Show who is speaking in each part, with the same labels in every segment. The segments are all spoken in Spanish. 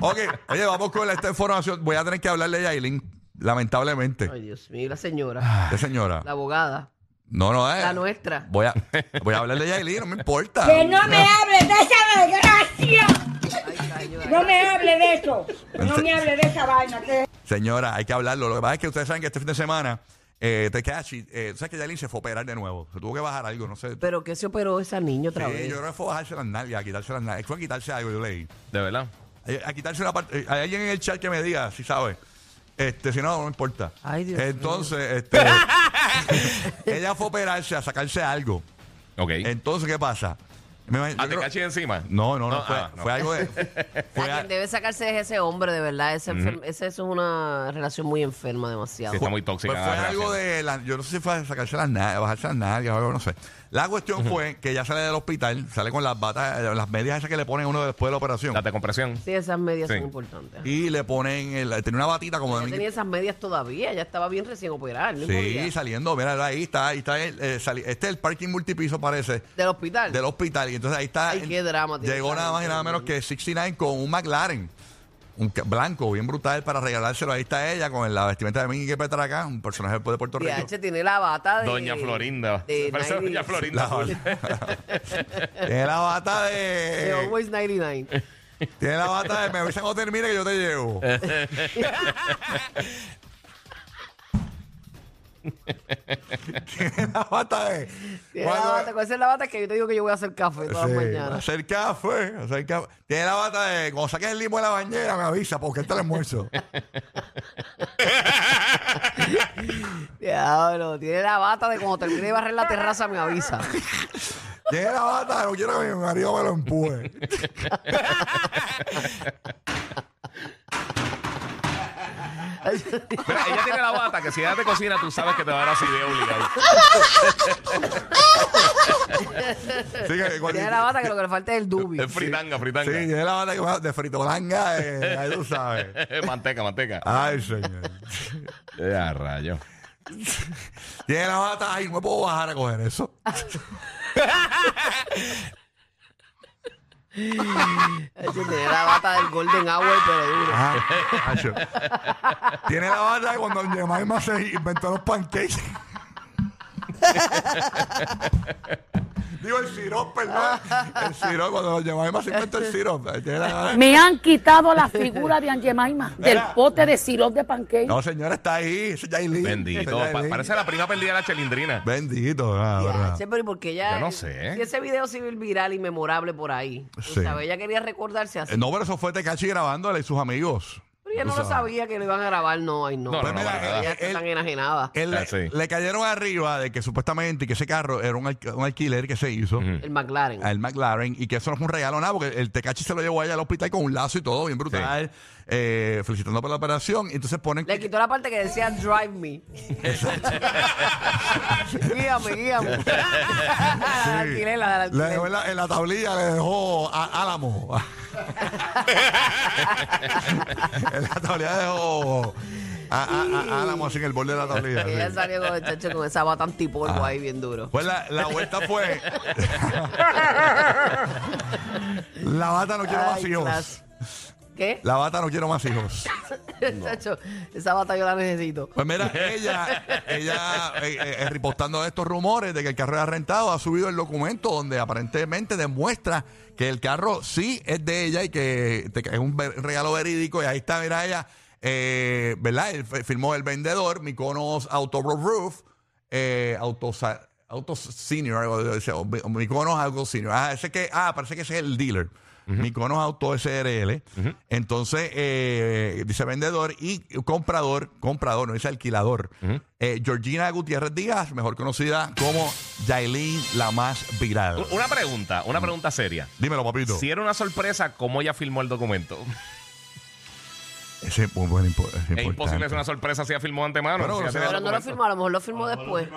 Speaker 1: ok, oye, vamos con esta información. Voy a tener que hablarle a Yailin, lamentablemente.
Speaker 2: Ay, Dios mío, la
Speaker 3: Ah.
Speaker 2: señora,
Speaker 1: ¿Qué señora?
Speaker 2: la abogada,
Speaker 1: No, no, eh.
Speaker 2: la nuestra.
Speaker 1: Voy a, voy a hablarle a Yailin, no me importa.
Speaker 4: Que no me hable de esa desgracia.
Speaker 2: Ay, caño, ay.
Speaker 4: No me hable de eso. No me hable de esa vaina. que-
Speaker 1: Señora, hay que hablarlo. Lo que pasa es que ustedes saben que este fin de semana, eh, Tekashi, eh, ¿sabes que Yailin se fue a operar de nuevo? Se tuvo que bajar algo, no sé.
Speaker 2: Pero que se operó esa niña otra
Speaker 1: Sí,
Speaker 2: vez.
Speaker 1: yo creo que fue a bajarse las nalgas, a quitarse las nalgas. Fue a quitarse algo, yo leí.
Speaker 3: De verdad.
Speaker 1: Eh, A quitarse una parte. eh, Hay alguien en el chat que me diga, si sabe. Este, si no, no importa.
Speaker 2: Ay, Dios
Speaker 1: Entonces, este, ella fue a operarse, a sacarse algo.
Speaker 3: Ok.
Speaker 1: Entonces, ¿qué pasa? Me imagino-
Speaker 3: ¿A
Speaker 1: yo creo-
Speaker 3: Tekashi encima?
Speaker 1: no, no, no, fue,
Speaker 3: ah, no.
Speaker 1: fue algo de.
Speaker 2: A
Speaker 1: fue a-
Speaker 2: quien debe sacarse es ese hombre, de verdad. Ese enfer- ese- eso es una relación muy enferma, demasiado.
Speaker 3: Sí, está muy tóxica.
Speaker 1: Pues
Speaker 3: la
Speaker 1: fue algo
Speaker 3: relación.
Speaker 1: de. la- yo no sé si fue a sacarse las nalgas, bajarse las nalgas o algo, no sé. La cuestión fue que ella sale del hospital, sale con las batas, eh, las medias esas que le ponen uno después de la operación.
Speaker 3: Date compresión.
Speaker 2: Sí, esas medias
Speaker 3: Sí.
Speaker 2: son importantes.
Speaker 1: Y le ponen. el- tenía una batita como de.
Speaker 2: Ella
Speaker 1: mil-
Speaker 2: tenía esas medias todavía, ya estaba bien recién operada. el mismo
Speaker 1: Sí,
Speaker 2: día.
Speaker 1: saliendo. Mira, ahí está. Ahí está el, eh, sali- este es el parking multipiso, parece.
Speaker 2: Del hospital.
Speaker 1: Del hospital. Y entonces ahí está.
Speaker 2: Ay, qué drama tiene
Speaker 1: Llegó
Speaker 2: esa
Speaker 1: nada más y
Speaker 2: gente,
Speaker 1: nada menos
Speaker 2: hermano.
Speaker 1: que 69 con un McLaren. Un ca- blanco, bien brutal, para regalárselo. Ahí está ella con la vestimenta de Miguel Petraca, un personaje de Puerto Rico.
Speaker 2: DH tiene la bata de.
Speaker 3: Doña Florinda.
Speaker 2: de
Speaker 3: Parece
Speaker 2: 90
Speaker 3: Doña Florinda.
Speaker 1: La bata. tiene la bata
Speaker 2: De
Speaker 1: de.
Speaker 2: Always 99.
Speaker 3: Eh.
Speaker 1: Tiene la bata de. Me avisan cuando termine que yo te llevo. tiene la bata de.
Speaker 2: Tiene la
Speaker 1: cuando-
Speaker 2: bata, con esa es la bata que yo te digo que yo voy a hacer café todas
Speaker 1: Sí,
Speaker 2: las mañanas.
Speaker 1: hacer café, hacer café. Tiene la bata de. Cuando saques el limo de la bañera, me avisa, porque está el almuerzo.
Speaker 2: Diablo, tiene la bata de cuando termine de barrer la terraza me avisa.
Speaker 1: Tiene la bata, no quiero que mi marido me lo empuje.
Speaker 3: Mira, ella tiene la bata que si ella te cocina, tú sabes que te va a dar así de obligado.
Speaker 1: Sí, que cuando-
Speaker 2: Tiene la bata que lo que le falta es el dubi.
Speaker 3: Es fritanga,
Speaker 1: Sí,
Speaker 3: fritanga.
Speaker 1: tiene la bata que va de fritolanga, eh, ahí tú sabes.
Speaker 3: manteca, manteca.
Speaker 1: Ay, señor.
Speaker 3: Eh, a rayo.
Speaker 1: Tiene la bata, ay, no me puedo bajar a coger eso.
Speaker 2: Tiene la bata del Golden Hour, pero duro.
Speaker 1: Ajá, Ah, macho. Tiene la bata cuando Doña Maima se inventó los pancakes. Digo el sirope, perdón. El sirope, cuando Doña Maima se inventó el sirope. Tiene la bata.
Speaker 5: Me han quitado la figura de Aunt Jemima del
Speaker 1: Mira.
Speaker 5: pote de sirope de pancake.
Speaker 1: No, señora, está ahí. Es Yailin.
Speaker 3: Bendito.
Speaker 1: Es
Speaker 3: Pa-
Speaker 1: Yailin.
Speaker 3: parece la prima perdida de la chelindrina.
Speaker 1: Bendito, ah, verdad.
Speaker 2: Che, pero ¿y por qué ella?
Speaker 3: Yo no sé.
Speaker 2: Si ese video civil viral y memorable por ahí. Tú
Speaker 1: Sí.
Speaker 2: sabes, ella quería recordarse así.
Speaker 1: Eh, No, pero eso fue Tecachi grabándole y sus amigos.
Speaker 2: pero ella no lo sabía que lo iban a grabar, no, ay no.
Speaker 3: No,
Speaker 1: Pues
Speaker 3: no, no,
Speaker 1: mira,
Speaker 3: para nada.
Speaker 1: eh,
Speaker 2: Ella está tan enajenada.
Speaker 1: Él
Speaker 3: Ah,
Speaker 1: le,
Speaker 3: sí.
Speaker 1: le cayeron arriba de que supuestamente que ese carro era un, alqu- un alquiler que se hizo.
Speaker 2: El McLaren.
Speaker 1: al McLaren y que eso no fue un regalo nada porque el Tecachi se lo llevó allá al hospital con un lazo y todo bien brutal eh, felicitando por la operación Y entonces ponen
Speaker 2: Le quitó la parte que decía Drive Me. guíame, guíame.
Speaker 1: Sí.
Speaker 2: la del alquiler, la del
Speaker 1: Le
Speaker 2: alquiler.
Speaker 1: dejó en, la, en la tablilla le dejó a- Álamo en la tablilla dejó a, a- a- Álamo así en el borde de la tablilla
Speaker 2: Ella
Speaker 1: sí.
Speaker 2: salió con el chacho con esa bata antipolvo ahí bien duro.
Speaker 1: pues la, la vuelta fue la bata no quiero más
Speaker 2: Ay,
Speaker 1: hijos
Speaker 2: clase. ¿Qué?
Speaker 1: la bata no quiero más hijos
Speaker 2: Chacho, esa bata yo la necesito.
Speaker 1: Pues mira, ella, ella eh, eh, eh, ripostando estos rumores de que el carro era rentado, ha subido el documento donde aparentemente demuestra que el carro sí es de ella y que te- es un ver- regalo verídico. Y ahí está, mira, ella, eh, ¿verdad? Él f- firmó el vendedor, Miconos Auto Roof, eh, Autosa- Auto, Senior, algo de- o- o Miconos Auto Senior. Ah, ese que, ah, parece que ese es el dealer. Miconos Auto SRL. Entonces, eh, dice vendedor y comprador, comprador, no dice alquilador. Eh, Georgina Gutiérrez Díaz, mejor conocida como Yailin, la más viral.
Speaker 3: Una pregunta, una pregunta seria.
Speaker 1: Dímelo, papito.
Speaker 3: Si era una sorpresa, ¿cómo ella filmó el documento?
Speaker 1: Ese es muy buen impo- es
Speaker 3: Es imposible
Speaker 1: importante.
Speaker 3: hacer una sorpresa si ella filmó antemano.
Speaker 1: Bueno,
Speaker 3: si ella
Speaker 1: pero
Speaker 3: tenía
Speaker 2: Pero
Speaker 3: el
Speaker 2: no lo
Speaker 3: documento.
Speaker 2: firmó, a lo mejor lo firmó después.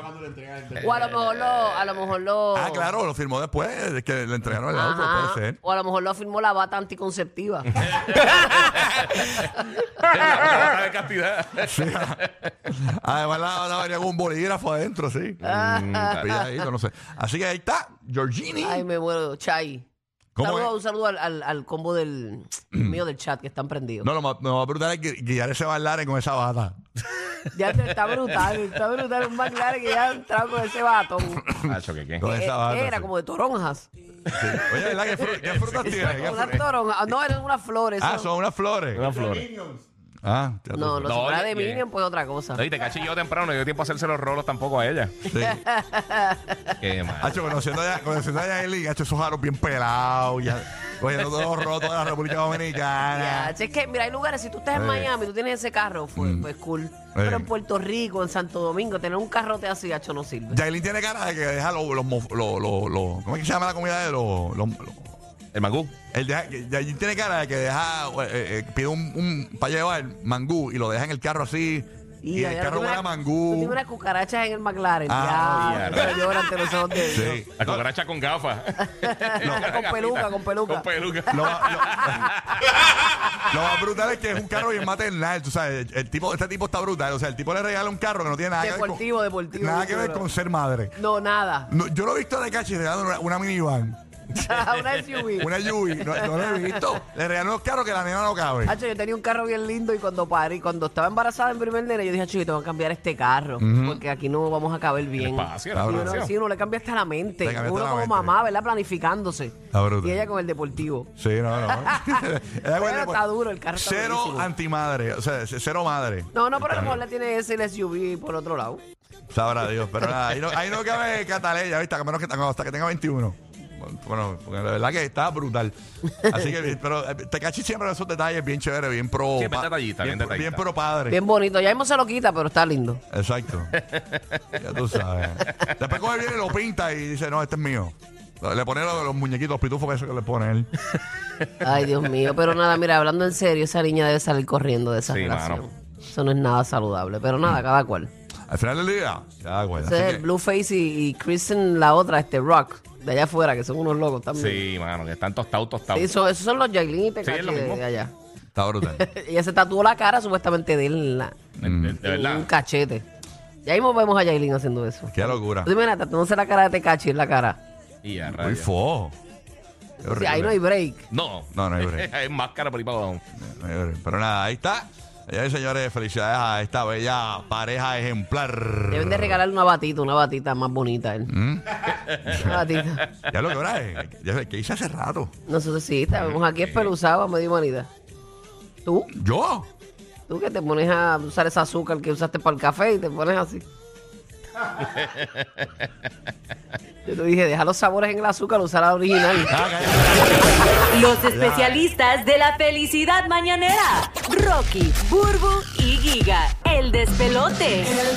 Speaker 2: O a lo mejor lo, a lo mejor lo.
Speaker 1: Ah, claro, lo firmó después de que le entregaron el auto,
Speaker 2: Ajá.
Speaker 1: puede ser.
Speaker 2: O a lo mejor lo firmó la bata anticonceptiva.
Speaker 3: La plata de castidad.
Speaker 1: Sí. Además, la, la venía con un bolígrafo adentro,
Speaker 2: Ah.
Speaker 1: Mm, sí. Pilladito, no sé. Así que ahí está, Georgini.
Speaker 2: Ay, me muero, Chay.
Speaker 1: ¿Cómo
Speaker 2: Saludo-
Speaker 1: es? Mm.
Speaker 2: un saludo al, al- al combo del mío del chat que están prendidos.
Speaker 1: No, lo más, lo más brutal es gui- guiar ese bailar con esa bata.
Speaker 2: Ya te- está brutal, está brutal. Un McLaren que ya entraba con ese batón.
Speaker 3: Hacho, que qué.
Speaker 1: Con
Speaker 2: Eh,
Speaker 1: esa bata.
Speaker 2: era
Speaker 1: sí.
Speaker 2: como de toronjas.
Speaker 1: Sí. Oye, ¿verdad? ¿Qué, fru- qué frutas
Speaker 2: Eso
Speaker 1: tiene?
Speaker 2: era
Speaker 1: ¿Qué
Speaker 2: como unas
Speaker 1: fru-
Speaker 2: toronjas. No, eran unas flores.
Speaker 1: Ah,
Speaker 2: eso.
Speaker 1: son unas flores.
Speaker 3: Una flor.
Speaker 1: Ah, ya tú
Speaker 2: No,
Speaker 1: sabes.
Speaker 2: los
Speaker 3: No,
Speaker 2: no,
Speaker 3: oye,
Speaker 2: de
Speaker 3: que-
Speaker 2: Minion, pues otra cosa.
Speaker 3: No, y te caché yo temprano, no dio tiempo a hacerse los rolos tampoco a ella.
Speaker 1: Sí.
Speaker 3: Qué mal.
Speaker 1: Hacho, conociendo a, conociendo a Yaeli, hacho esos jaros bien pelados, ya, cogiendo todos los rotos de la República
Speaker 2: Ya,
Speaker 1: Dominicana.
Speaker 2: es que, mira, hay lugares, si tú estás en
Speaker 1: Eh.
Speaker 2: Miami, tú tienes ese carro, pues,
Speaker 1: Mm.
Speaker 2: pues cool. Pero en Puerto Rico, en Santo Domingo, tener un carrote así, hacho, no sirve.
Speaker 1: Yaeli tiene cara de que deja los, los, mof- los, los- los- ¿cómo es que se llama la comida de los, los- los-
Speaker 3: El mangú.
Speaker 1: él deja- que- Yailin tiene cara de que deja, eh, eh, pide un, un para llevar mangú y lo deja en el carro así, y,
Speaker 2: ya,
Speaker 1: el
Speaker 2: ya,
Speaker 1: carro
Speaker 2: tú
Speaker 1: huele
Speaker 2: tienes-
Speaker 1: a
Speaker 2: Tú
Speaker 1: mangú.
Speaker 2: tienes unas cucarachas en el McLaren.
Speaker 1: Ah,
Speaker 2: ya,
Speaker 3: ya,
Speaker 2: pero llora ante los ojos de Dios.
Speaker 1: Sí.
Speaker 3: La cucaracha con gafas.
Speaker 2: Con peluca, con peluca.
Speaker 3: Con peluca.
Speaker 1: Lo, lo- lo más brutal es que es un carro bien maternal, tú sabes, el, el tipo, este tipo está brutal, o sea, el tipo le regala un carro que no tiene nada que ver
Speaker 2: Deportivo,
Speaker 1: con,
Speaker 2: deportivo,
Speaker 1: nada
Speaker 2: muy
Speaker 1: que ver
Speaker 2: duro.
Speaker 1: con ser madre.
Speaker 2: No, nada.
Speaker 1: No, yo lo he visto de cachi regalando una, una minivan,
Speaker 2: una SUV.
Speaker 1: una Yui, no, no lo he visto. Le regaló unos carros que la nena no cabe.
Speaker 2: Hacho, yo tenía un carro bien lindo y cuando parí, cuando estaba embarazada en primer nene, yo dije, Hacho, yo tengo que cambiar este carro porque aquí no vamos a caber bien.
Speaker 3: espacio,
Speaker 1: el
Speaker 2: Y uno-
Speaker 1: espacio.
Speaker 2: sí, uno le cambia hasta la mente.
Speaker 1: Le cambia
Speaker 2: Uno
Speaker 1: hasta la
Speaker 2: como
Speaker 1: mente.
Speaker 2: mamá, ¿verdad? Planificándose.
Speaker 1: brutal.
Speaker 2: Y ella con el deportivo.
Speaker 1: Sí, no, no. Ella huele,
Speaker 2: está
Speaker 1: pues,
Speaker 2: duro, el carro está
Speaker 1: Cero
Speaker 2: durísimo.
Speaker 1: antimadre, o sea, c- cero madre.
Speaker 2: No, no, pero a lo mejor le tiene ese el SUV por otro lado.
Speaker 1: Sabrá Dios, pero nada, ahí no, ahí no cabe Cataleya, ¿viste? A menos que tenga- hasta que tenga 21. Bueno, porque la verdad que está brutal. Así que, pero eh, te cachi siempre esos detalles bien chéveres, bien pro.
Speaker 3: Siempre
Speaker 1: pa-
Speaker 3: detallista, bien
Speaker 1: bien,
Speaker 3: detallista.
Speaker 1: pro padre.
Speaker 2: Bien bonito. Ya mismo se lo quita, pero está lindo.
Speaker 1: Exacto. ya tú sabes. Después coge viene y lo pinta y dice, no, este es mío. Le pone los, los muñequitos, los pitufos que, eso que le pone él.
Speaker 2: Ay, Dios mío. Pero nada, mira, hablando en serio, esa niña debe salir corriendo de esa
Speaker 3: Sí,
Speaker 2: relación.
Speaker 3: mano.
Speaker 2: Eso no es nada saludable. Pero nada, cada cual.
Speaker 1: Al final del día, ya, güey.
Speaker 2: Ese es
Speaker 1: así
Speaker 2: el
Speaker 1: que-
Speaker 2: Blueface y, y Kristen, la otra, este Rock, de allá afuera, que son unos locos también.
Speaker 3: Sí, mano, que están tostados,
Speaker 2: Sí,
Speaker 3: tostados.
Speaker 2: son- esos son los Jailin y
Speaker 3: Sí,
Speaker 2: Tecachi
Speaker 3: es lo
Speaker 2: de,
Speaker 3: mismo.
Speaker 2: de allá.
Speaker 1: Está brutal.
Speaker 2: Ella se tatuó la cara supuestamente de él en, la-
Speaker 3: De, de-
Speaker 1: Mm.
Speaker 3: de
Speaker 2: en un
Speaker 3: verdad.
Speaker 2: cachete. Y ahí mismo vemos a Jailin haciendo eso.
Speaker 1: Qué
Speaker 3: Ah.
Speaker 1: locura.
Speaker 2: Dime, Nata, tatuándose la cara de Tecachi en la cara.
Speaker 3: Y a
Speaker 1: Muy
Speaker 3: rayos.
Speaker 1: fo. Qué
Speaker 2: O sea,
Speaker 1: horrible.
Speaker 2: ahí no hay break.
Speaker 3: No,
Speaker 1: No, no hay break.
Speaker 3: es máscara por ahí para abajo.
Speaker 1: Señores, Pero nada, ahí está. Señores, señores, felicidades a esta bella pareja ejemplar.
Speaker 2: Deben de regalarle una batita, una batita más bonita a él.
Speaker 1: ¿Mm?
Speaker 2: Una batita.
Speaker 1: Ya lo que ahora es. Ya sé que hice hace rato.
Speaker 2: Nosotros sí, estamos aquí espeluzados a medio humanidad. Tú,
Speaker 1: ¿Yo?
Speaker 2: tú que te pones a usar ese azúcar que usaste para el café y te pones así. Yo te dije, deja los sabores en el azúcar, usar la original.
Speaker 1: Ah, cállate.
Speaker 6: Los especialistas de la felicidad mañanera. Rocky, Burbu y Giga. El despelote.